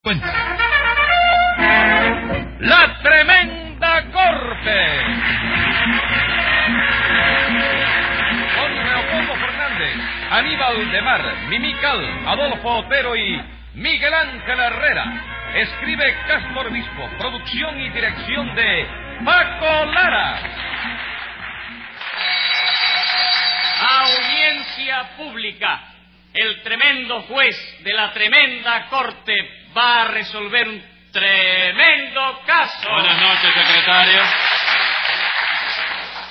Cuenta. La tremenda corte. Con Leopoldo Fernández, Aníbal de Mar, Mimical, Adolfo Otero y Miguel Ángel Herrera. Escribe Castro Obispo, producción y dirección de Paco Lara. Audiencia pública. El tremendo juez de la tremenda corte va a resolver un tremendo caso. Buenas noches, secretario.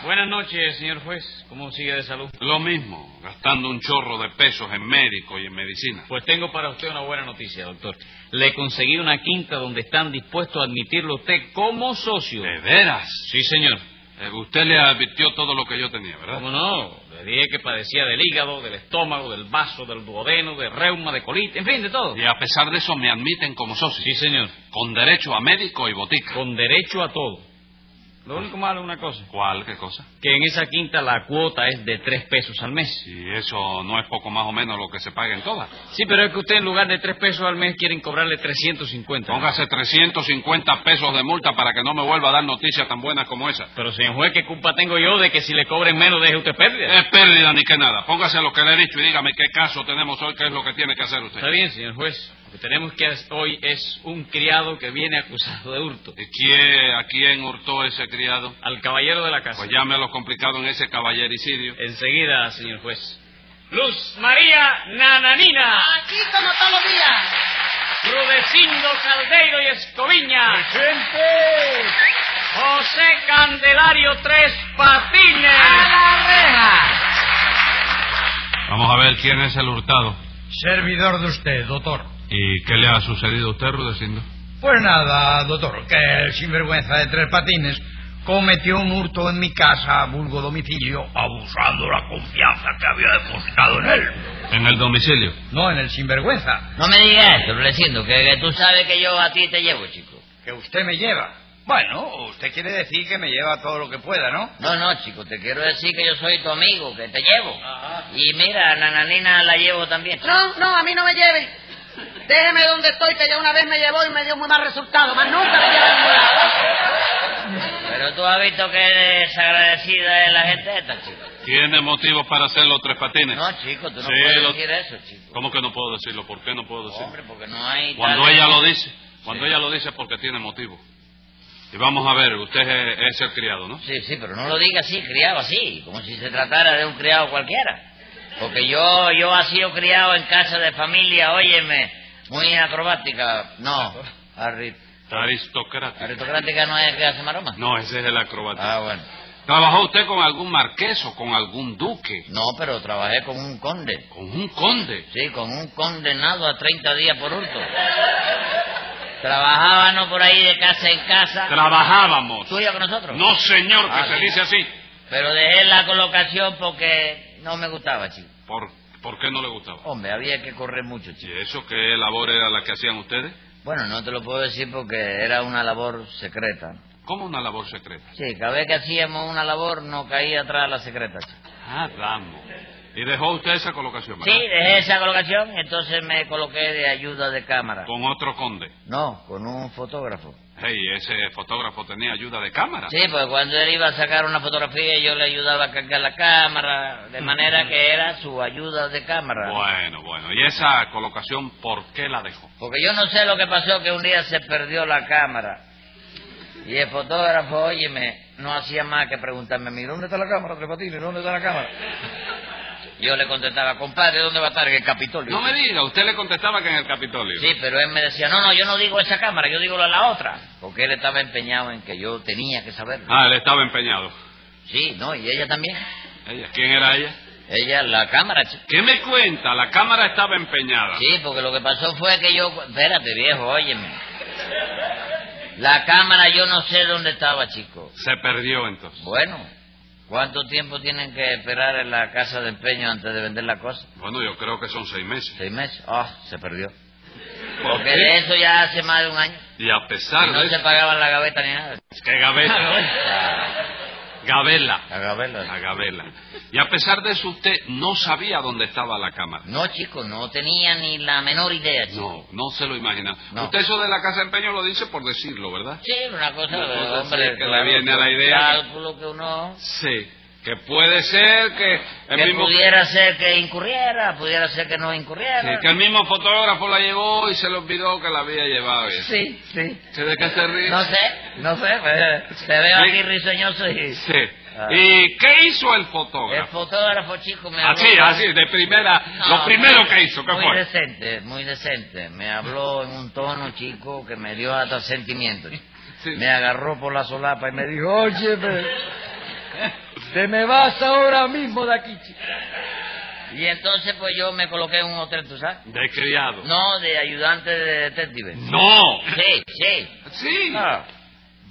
Buenas noches, señor juez. ¿Cómo sigue de salud? Lo mismo, gastando un chorro de pesos en médico y en medicina. Pues tengo para usted una buena noticia, doctor. Le conseguí una quinta donde están dispuestos a admitirlo a usted como socio. ¿De veras? Sí, señor. Eh, usted le advirtió todo lo que yo tenía, ¿verdad? ¿Cómo no? Le dije que padecía del hígado, del estómago, del vaso, del duodeno, de reuma, de colitis, en fin, de todo. Y a pesar de eso me admiten como socio. Sí, señor. Con derecho a médico y botica. Con derecho a todo. Lo único malo es una cosa, ¿Cuál? ¿Qué cosa? que en esa quinta la cuota es de tres pesos al mes. Si eso no es poco más o menos lo que se paga en todas. Sí, pero es que usted en lugar de tres pesos al mes quieren cobrarle 350. Póngase 350 pesos de multa para que no me vuelva a dar noticias tan buenas como esa. Pero señor juez, ¿qué culpa tengo yo de que si le cobren menos deje usted pérdida? Es pérdida ni que nada. Póngase a lo que le he dicho y dígame qué caso tenemos hoy, qué es lo que tiene que hacer usted. Está bien, señor juez. Lo que tenemos que hacer hoy es un criado que viene acusado de hurto. ¿Y quién, a quién hurtó ese criado? Al caballero de la casa. Pues llámelo complicado en ese caballericidio. Enseguida, señor juez. Luz María Nananina, Aquí como todos los días. Rudecindo Caldeiro y Escoviña. José Candelario Tres Patines. Vamos a ver quién es el hurtado. Servidor de usted, doctor. ¿Y qué le ha sucedido a usted, Rudecindo? Pues nada, doctor, que el sinvergüenza de tres patines cometió un hurto en mi casa, vulgo domicilio, abusando la confianza que había depositado en él. En el domicilio. No en el sinvergüenza, No me digas eso, Rudecindo, que, que tú sabes que yo a ti te llevo, chico. que usted me lleva. Bueno, usted quiere decir que me lleva todo lo que pueda, ¿no? No, no, chico, te quiero decir que yo soy tu amigo, que te llevo. Y mira, a Nananina la llevo también. No, no, a mí no me lleven. Déjeme donde estoy, que ya una vez me llevó y me dio muy mal resultado. Más nunca me llevan a ningún lado. Pero tú has visto que desagradecida es la gente esta, chico. ¿Tiene motivos para hacerlo, Tres Patines? No, chico, tú no Sí, puedes lo- decir eso, chico. ¿Cómo que no puedo decirlo? ¿Por qué no puedo decirlo? Hombre, porque no hay... Cuando tal- ella lo dice, cuando Sí. ella lo dice es porque tiene motivo. Y vamos a ver, usted es, es el criado, ¿no? Sí, sí, pero no lo diga así, criado así, como si se tratara de un criado cualquiera. Porque yo, yo ha sido criado en casa de familia, óyeme, muy acrobática, no, arri- Aristocrático. aristocrática no es que hace maroma. No, ese es el acrobata. Ah, bueno. ¿Trabajó usted con algún marqués o con algún duque? No, pero trabajé con un conde, ¿Con un conde? sí, con un condenado a 30 días por hurto. Trabajábamos por ahí de casa en casa. Trabajábamos. ¿Tú y yo con nosotros? No, señor, que Ah, se sí. dice así. Pero dejé la colocación porque no me gustaba, chico. ¿Por, ¿Por qué no le gustaba? Hombre, había que correr mucho, chico. ¿Y eso qué labor era la que hacían ustedes? Bueno, no te lo puedo decir porque era una labor secreta. ¿Cómo una labor secreta? Sí, cada vez que hacíamos una labor no caía atrás la secreta. chico. Ah, damos. ¿Y dejó usted esa colocación, Sí, verdad? dejé esa colocación, entonces me coloqué de ayuda de cámara. Con otro conde. No, con un fotógrafo. Hey, ese fotógrafo tenía ayuda de cámara. Sí, pues cuando él iba a sacar una fotografía yo le ayudaba a cargar la cámara, de manera que era su ayuda de cámara. Bueno, bueno. ¿Y esa colocación por qué la dejó? Porque yo no sé lo que pasó, que un día se perdió la cámara. Y el fotógrafo, óyeme, no hacía más que preguntarme a mí, ¿dónde está la cámara, Tres Patines? ¿Dónde está la cámara? Yo le contestaba, compadre, ¿dónde va a estar? En el Capitolio. No me diga, usted le contestaba que en el Capitolio. Sí, pero él me decía, no, no, yo no digo esa cámara, yo digo la, la otra. Porque él estaba empeñado en que yo tenía que saberlo. Ah, él estaba empeñado. Sí, no, y ella también. Ella, ¿Quién era ella? Ella, la cámara, chico. ¿Qué me cuenta? La cámara estaba empeñada. Sí, porque lo que pasó fue que yo... Espérate, viejo, óyeme. La cámara yo no sé dónde estaba, chico. Se perdió entonces. Bueno, ¿cuánto tiempo tienen que esperar en la casa de empeño antes de vender la cosa? Bueno, yo creo que son seis meses. ¿Seis meses? Ah, se perdió. ¿Por Porque qué? de eso ya hace más de un año. Y a Y pesar Pues, no de... se pagaban la gaveta ni nada. ¡Qué gaveta! Ah, Gabela. Agabela. A Gabela. Y a pesar de eso, usted no sabía dónde estaba la cámara. No, chico, no tenía ni la menor idea. chico. No, no se lo imaginaba. No. Usted eso de la casa de empeño lo dice por decirlo, ¿verdad? Sí, una cosa, Una de cosa hombre, así que le claro, viene a la con idea. Cálculo que uno. Sí. Que puede ser que el que mismo... pudiera ser que incurriera, pudiera ser que no incurriera. Sí, que el mismo fotógrafo la llevó y se le olvidó que la había llevado. ¿eh? Sí, sí. ¿Usted ¿De qué se ríe? No sé, no sé. pues, Te veo Sí. aquí risueñoso y... Sí. Ah. ¿Y qué hizo el El fotógrafo? Ah, fotógrafo, chico, me habló... Así, así, de primera. No, lo primero muy- que hizo, ¿qué muy fue? decente, muy decente. Me habló en un tono, chico, que me dio hasta sentimiento. Sí. Me agarró por la solapa y me dijo, oye, me- te me vas ahora mismo de aquí, chico. Y entonces, pues, yo me coloqué en un hotel, ¿tú sabes? De criado. No, de ayudante de detective. No. Sí, sí. Sí. Ah,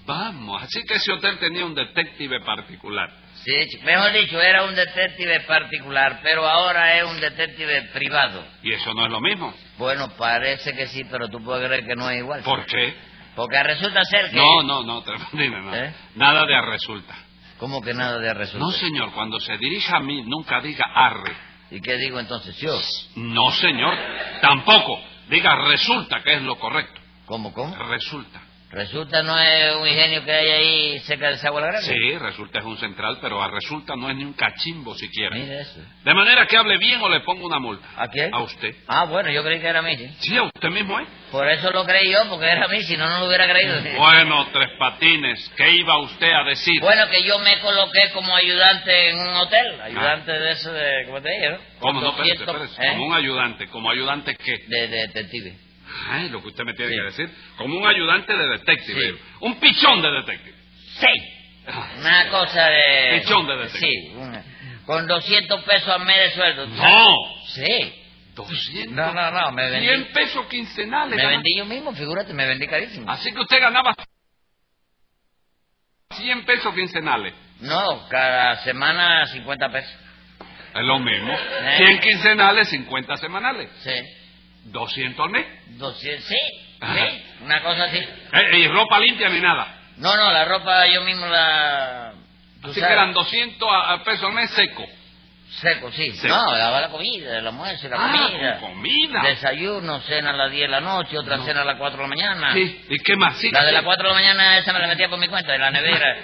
Vamos, así que ese hotel tenía un detective particular. sí, chico. Mejor dicho, era un detective particular, pero ahora es un detective privado. Y eso no es lo mismo. Bueno, parece que sí, pero tú puedes creer que no es igual. ¿Por qué? Porque resulta ser que... No, no, no, Tremandina, no. ¿Eh? Nada de resulta. ¿Cómo que nada de resulta? No, señor, cuando se dirija a mí, nunca diga arre. ¿Y qué digo entonces yo? No, señor, tampoco. Diga resulta, que es lo correcto. ¿Cómo, cómo? Resulta. Resulta no es un ingenio que hay ahí cerca de Sagua la Grande. Sí, resulta es un central, pero a resulta no es ni un cachimbo siquiera. Mire eso. De manera que hable bien o le pongo una multa. ¿A quién? A usted. Ah, bueno, yo creí que era a mí. ¿sí? Sí, a usted mismo, ¿eh? Por eso lo creí yo, porque era a mí, si no, no lo hubiera creído. ¿sí? Bueno, Tres Patines, ¿qué iba usted a decir? Bueno, que yo me coloqué como ayudante en un hotel. Ayudante de eso de... ¿Cómo te dije, no? Ah. ¿Cómo no? Espérese, 200, espérese. ¿eh? Como un ayudante. ¿Como ayudante qué? De de detective. Ay, lo que usted me tiene Sí. que decir. Como un ayudante de detective. Sí. Un pichón de detective. Ah, Sí. Una cosa de... Pichón de detective. Sí, una- con 200 pesos al mes de sueldo. ¿tú sabes? No. Sí. 200. No, no, no, me vendí. 100 pesos quincenales. Me nada Ah, vendí yo mismo, figúrate, me vendí carísimo. más. Así que usted ganaba 100 pesos quincenales. No, cada semana 50 pesos. Es lo mismo. Eh. 100 quincenales, 50 semanales. Sí. 200 al mes. 200, sí, Ajá. sí, una cosa así. Eh, y ropa limpia ni nada. No, no, la ropa yo mismo la... tú Así que sabes, eran 200 a- a pesos al mes seco. Seco, sí. Seco. No, daba la comida, el almuerzo, la Ah, comida. con comida. Desayuno, cena a las 10 de la noche, otra cena a las 4 de la mañana. Sí. ¿Y qué más? Sí. La de las 4 de la mañana esa me la metía por mi cuenta, de la nevera.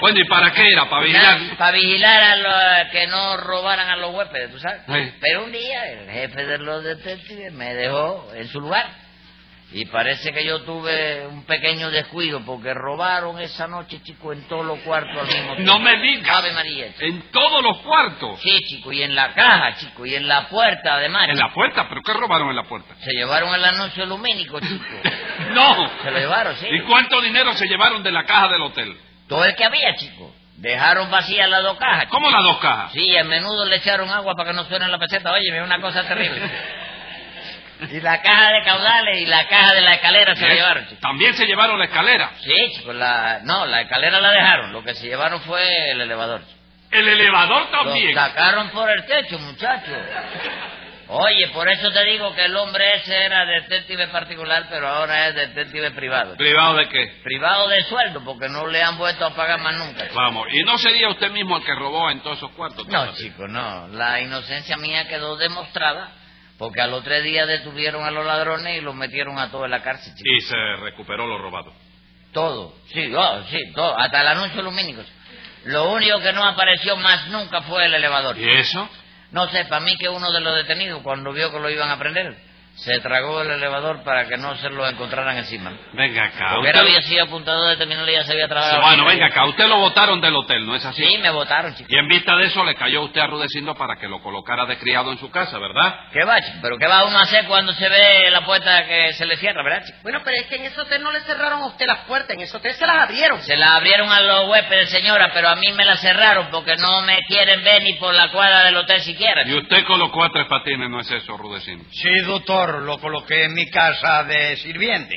Bueno, ¿y para qué era? ¿Para vigilar? Para vigilar a los que no robaran a los huéspedes, ¿tú sabes? Sí. Pero un día el jefe de los detectives me dejó en su lugar. Y parece que yo tuve un pequeño descuido porque robaron esa noche, chico, en todos los cuartos al mismo tiempo. No me diga. Ave María. chico. En todos los cuartos. Sí, chico, y en la caja, chico, y en la puerta, además. En chico. la puerta. ¿Pero qué robaron en la puerta? Se llevaron el anuncio lumínico, chico. No. Se lo llevaron, sí. ¿Y cuánto dinero se llevaron de la caja del hotel? Todo el que había, chico. Dejaron vacías las dos cajas, chico. ¿Cómo las dos cajas? Sí, a menudo le echaron agua para que no suene la peseta. Oye, es una cosa terrible. Y la caja de caudales y la caja de la escalera se la llevaron, chico. ¿Eh? También se llevaron la escalera. Sí, chico, la... No, la escalera la dejaron. Lo que se llevaron fue el elevador. chico. El elevador Lo también. sacaron por el techo, muchacho. Oye, por eso te digo que el hombre ese era detective particular, pero ahora es detective privado. chico. ¿Privado de qué? Privado de sueldo, porque no le han vuelto a pagar más nunca. chico. Vamos. ¿Y no sería usted mismo el que robó en todos esos cuartos? No, Tomás? chico, no. La inocencia mía quedó demostrada porque al otro día detuvieron a los ladrones y los metieron a todos en la cárcel, chico. Y se recuperó lo robado. Todo. Sí, oh, sí, todo. Hasta el anuncio lumínico. Lo único que no apareció más nunca fue el elevador. ¿Y eso? No sé, para mí que uno de los detenidos, cuando vio que lo iban a prender, se tragó el elevador para que no se lo encontraran encima. Venga acá. Porque él Ah, usted- había sido apuntador de terminal y ya se había tragado. Bueno, venga acá. Usted lo votaron del hotel, ¿no es así? Sí, me votaron, chico. Y en vista de eso le cayó usted arrudeciendo para que lo colocara de criado en su casa, ¿verdad? ¿Qué va, chico? ¿Pero qué va uno a hacer cuando se ve la puerta que se le cierra, verdad, chico? Bueno, pero es que en ese hotel no le cerraron a usted las puertas, en ese hotel se las abrieron. Se la abrieron a los huéspedes, señora, pero a mí me la cerraron porque no me quieren ver ni por la cuadra del hotel siquiera. Y usted colocó a tres patines, ¿no es eso, Rudecindo? Sí, doctor, lo coloqué en mi casa de sirviente.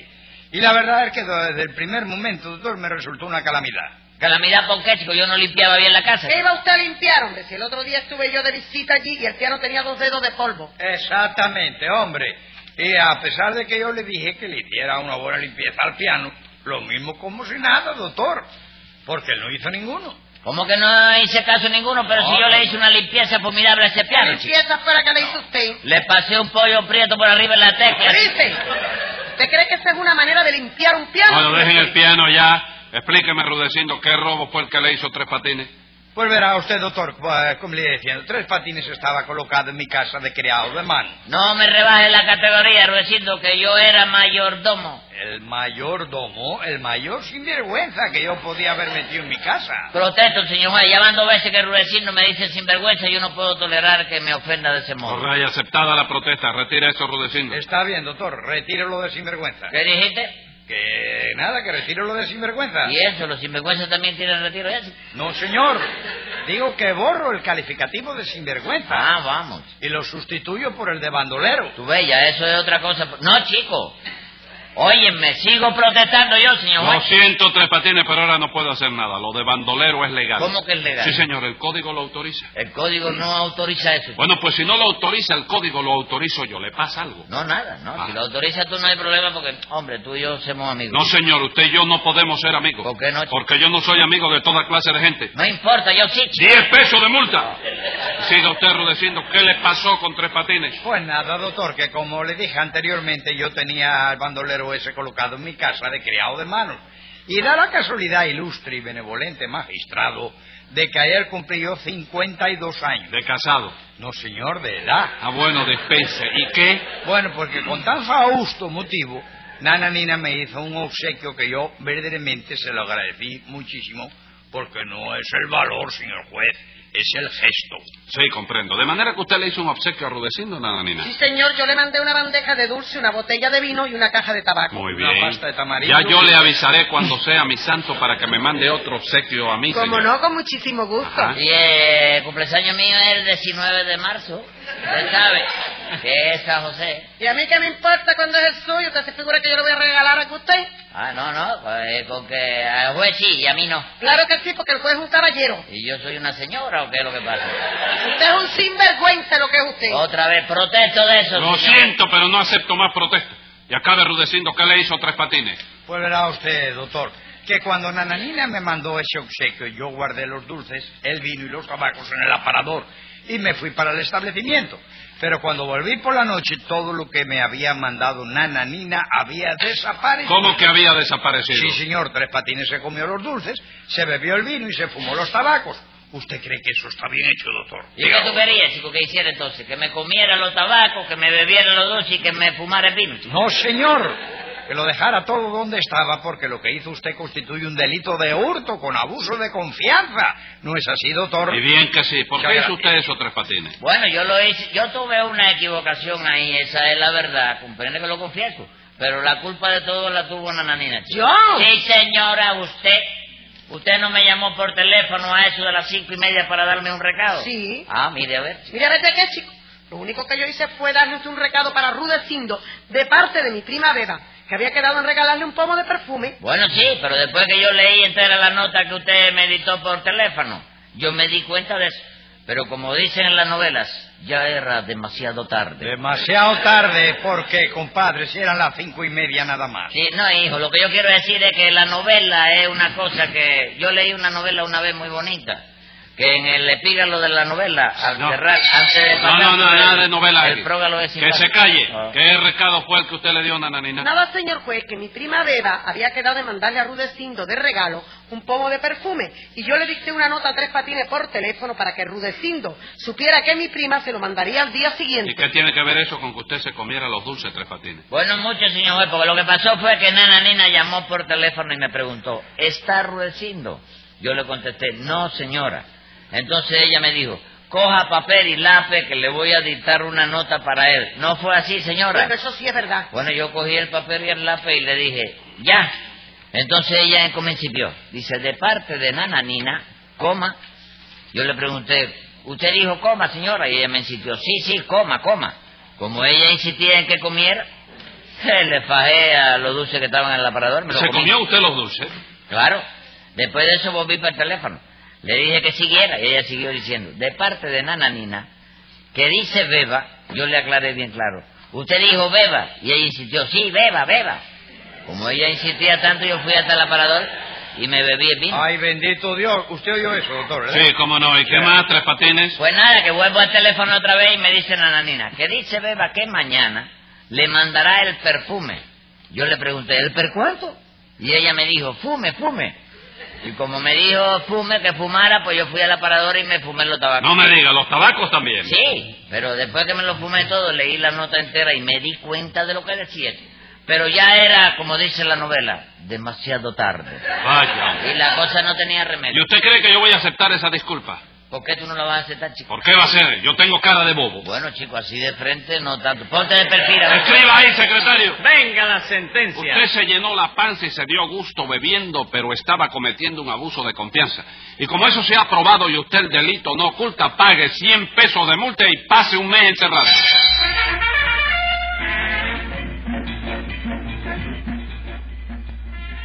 Y la verdad es que desde el primer momento, doctor, me resultó una calamidad. Calamidad, ¿por qué, chico? Yo no limpiaba bien la casa. ¿Qué iba usted a limpiar, hombre? Si el otro día estuve yo de visita allí y el piano tenía dos dedos de polvo. Exactamente, hombre. Y a pesar de que yo le dije que le hiciera una buena limpieza al piano, lo mismo como si nada, doctor, porque él no hizo ninguno. ¿Cómo que no hice caso ninguno? Pero si yo le hice una limpieza formidable a ese ¿Qué piano, chico. limpieza fuera que le hizo usted? Le pasé un pollo prieto por arriba en la tecla. ¿Qué dice? ¿Usted cree que esa es una manera de limpiar un piano? Bueno, señor dejen el juez? piano ya. Explíqueme, Rudecindo, qué robo fue el que le hizo tres patines. Pues verá usted, doctor, eh, como le decía, Tres Patines estaba colocado en mi casa de criado de mano. No me rebaje la categoría, Ruedecindo, que yo era mayordomo. El mayordomo, el mayor sinvergüenza que yo podía haber metido en mi casa. Protesto, señor juez, ya van dos veces que Ruedecindo me dice sinvergüenza y yo no puedo tolerar que me ofenda de ese modo. Corray, aceptada la protesta. Retira eso, Rudecindo. Está bien, doctor, retírelo de sinvergüenza. ¿Qué dijiste? Que nada, que retírelo de sinvergüenza. Y eso, los sinvergüenzas también tienen retiro ese. No, señor. Digo que borro el calificativo de sinvergüenza. Ah, vamos. Y lo sustituyo por el de bandolero. Tú ves, ya eso es otra cosa. No, chico. Óyeme, sigo protestando yo, señor Lo juez. siento, tres patines, pero ahora no puedo hacer nada. Lo de bandolero es legal. ¿Cómo que es legal? Sí, señor, el código lo autoriza. El código no autoriza eso. Bueno, pues si no lo autoriza el código, lo autorizo yo. ¿Le pasa algo? No, nada, no. Ah. Si lo autoriza tú no hay problema porque, hombre, tú y yo somos amigos. No, señor, usted y yo no podemos ser amigos. ¿Por qué no? Porque yo no soy amigo de toda clase de gente. No importa, yo sí, chico. ¡Diez pesos de multa! Siga usted Rudecindo, ¿qué le pasó con Tres Patines? Pues nada, doctor, que como le dije anteriormente, yo tenía al bandolero ese colocado en mi casa de criado de mano. Y da la casualidad ilustre y benevolente magistrado de que ayer cumplí yo 52 años. De casado. No, señor, de edad. Ah, bueno, dispense. ¿Y qué? Bueno, porque con tan fausto motivo, Nana Nina me hizo un obsequio que yo verdaderamente se lo agradecí muchísimo, porque no es el valor, señor juez, es el gesto. Sí, comprendo. De manera que usted le hizo un obsequio a Rudecindo, nada, ni Sí, señor, yo le mandé una bandeja de dulce, una botella de vino y una caja de tabaco. Muy Una bien. pasta de tamarindo. ya yo le avisaré cuando sea mi santo para que me mande otro obsequio a mí, Como señor. no, con muchísimo gusto. Ajá. Y eh, cumpleaños mío es el 19 de marzo. Usted sabe que es San José. ¿Y a mí qué me importa cuando es el suyo? ¿Usted se figura que yo lo voy a regalar a usted? Ah, no, no, eh, con que al juez sí y a mí no. Claro que sí, porque el juez es un caballero. ¿Y yo soy una señora o qué es lo que pasa? Usted es un sinvergüenza lo que es Oh, usted. Otra vez, protesto de eso. Lo señor. siento, pero no acepto más protesta. Y acabe Rudecindo, ¿qué le hizo Tres Patines? Pues verá usted, doctor, que cuando Nananina me mandó ese obsequio, yo guardé los dulces, el vino y los tabacos en el aparador y me fui para el establecimiento. Pero cuando volví por la noche, todo lo que me había mandado Nananina había desaparecido. ¿Cómo que había desaparecido? Sí, señor, Tres Patines se comió los dulces, se bebió el vino y se fumó los tabacos. ¿Usted cree que eso está bien hecho, doctor? ¿Y qué tú querías, chico, que hiciera entonces? ¿Que me comiera los tabacos, que me bebiera los dulces y que me fumara el vino? chico? No, señor. Que lo dejara todo donde estaba porque lo que hizo usted constituye un delito de hurto con abuso de confianza. ¿No es así, doctor? Y bien que sí. ¿Por Ya, qué hizo ya. usted eso, Tres Patines? Bueno, yo lo hice, yo tuve una equivocación ahí, esa es la verdad, comprende que lo confieso. Pero la culpa de todo la tuvo Nananina, chico. ¿Yo? Sí, señora, usted. Usted no me llamó por teléfono a eso de las cinco y media para darme un recado. Sí. Ah, mire, a ver. chico. Mira, vete qué, chico. Lo único que yo hice fue darles un recado para Rudecindo de parte de mi prima Beba, que había quedado en regalarle un pomo de perfume. Bueno, sí, pero después que yo leí entera la nota que usted me editó por teléfono, yo me di cuenta de eso. Pero como dicen en las novelas, ya era demasiado tarde. Demasiado tarde porque, compadre, si eran las cinco y media nada más. Sí, no, hijo, lo que yo quiero decir es que la novela es una cosa que... Yo leí una novela una vez muy bonita, que en el epígalo de la novela, al No. cerrar, antes de... No, pasar no, no, por el- nada de novela. El aquí. prógalo es que se simpático. calle. Ah. ¿Qué recado fue el que usted le dio a Nananina? Nada, señor juez, que mi prima Beba había quedado de mandarle a Rudecindo de regalo un pomo de perfume. Y yo le dicté una nota a tres patines por teléfono para que Rudecindo supiera que mi prima se lo mandaría al día ¿Y siguiente. qué tiene que ver eso con que usted se comiera los dulces, Tres Patines? Bueno, mucho, señor juez, porque lo que pasó fue que Nana Nina llamó por teléfono y me preguntó, ¿está ruecindo? Yo le contesté, no, señora. Entonces ella me dijo, coja papel y lápiz que le voy a dictar una nota para él. No fue así, señora. Bueno, eso sí es verdad. Bueno, yo cogí el papel y el lápiz y le dije, ya. Entonces ella comenció. Dice, de parte de Nananina, coma. Yo le pregunté, ¿usted dijo coma, señora? Y ella me insistió, sí, sí, coma, coma. Como ella insistía en que comiera, le fajé a los dulces que estaban en el aparador. Me lo ¿Se comí. comió usted los dulces? Claro. Después de eso volví para el teléfono. Le dije que siguiera y ella siguió diciendo, de parte de Nananina, que dice beba, yo le aclaré bien claro. Usted dijo beba y ella insistió, sí, beba, beba. Como ella insistía tanto, yo fui hasta el aparador y me bebí el vino. Ay, bendito Dios. Usted oyó eso, doctor, ¿verdad? Sí, cómo no. ¿Y qué Ya. más? ¿Tres patines? Pues nada, que vuelvo al teléfono otra vez y me dice Nananina, que dice Beba que mañana le mandará el perfume. Yo le pregunté, ¿el per cuánto? Y ella me dijo, fume, fume. Y como me dijo fume, que fumara, pues yo fui al aparador y me fumé los tabacos. No me diga, los tabacos también. Sí, pero después que me lo fumé todo, leí la nota entera y me di cuenta de lo que decía. Pero ya era, como dice la novela, demasiado tarde. Vaya. Y la cosa no tenía ¿Y remedio. usted cree que yo voy a aceptar esa disculpa? ¿Por qué tú no la vas a aceptar, chico? ¿Por qué va a ser? Yo tengo cara de bobo. Bueno, chico, así de frente no tanto. Ponte de perfil, a ver. Escriba ahí, secretario. Venga la sentencia. Usted se llenó la panza y se dio gusto bebiendo, pero estaba cometiendo un abuso de confianza. Y como eso se ha probado y usted el delito no oculta, pague 100 pesos de multa y pase un mes encerrado.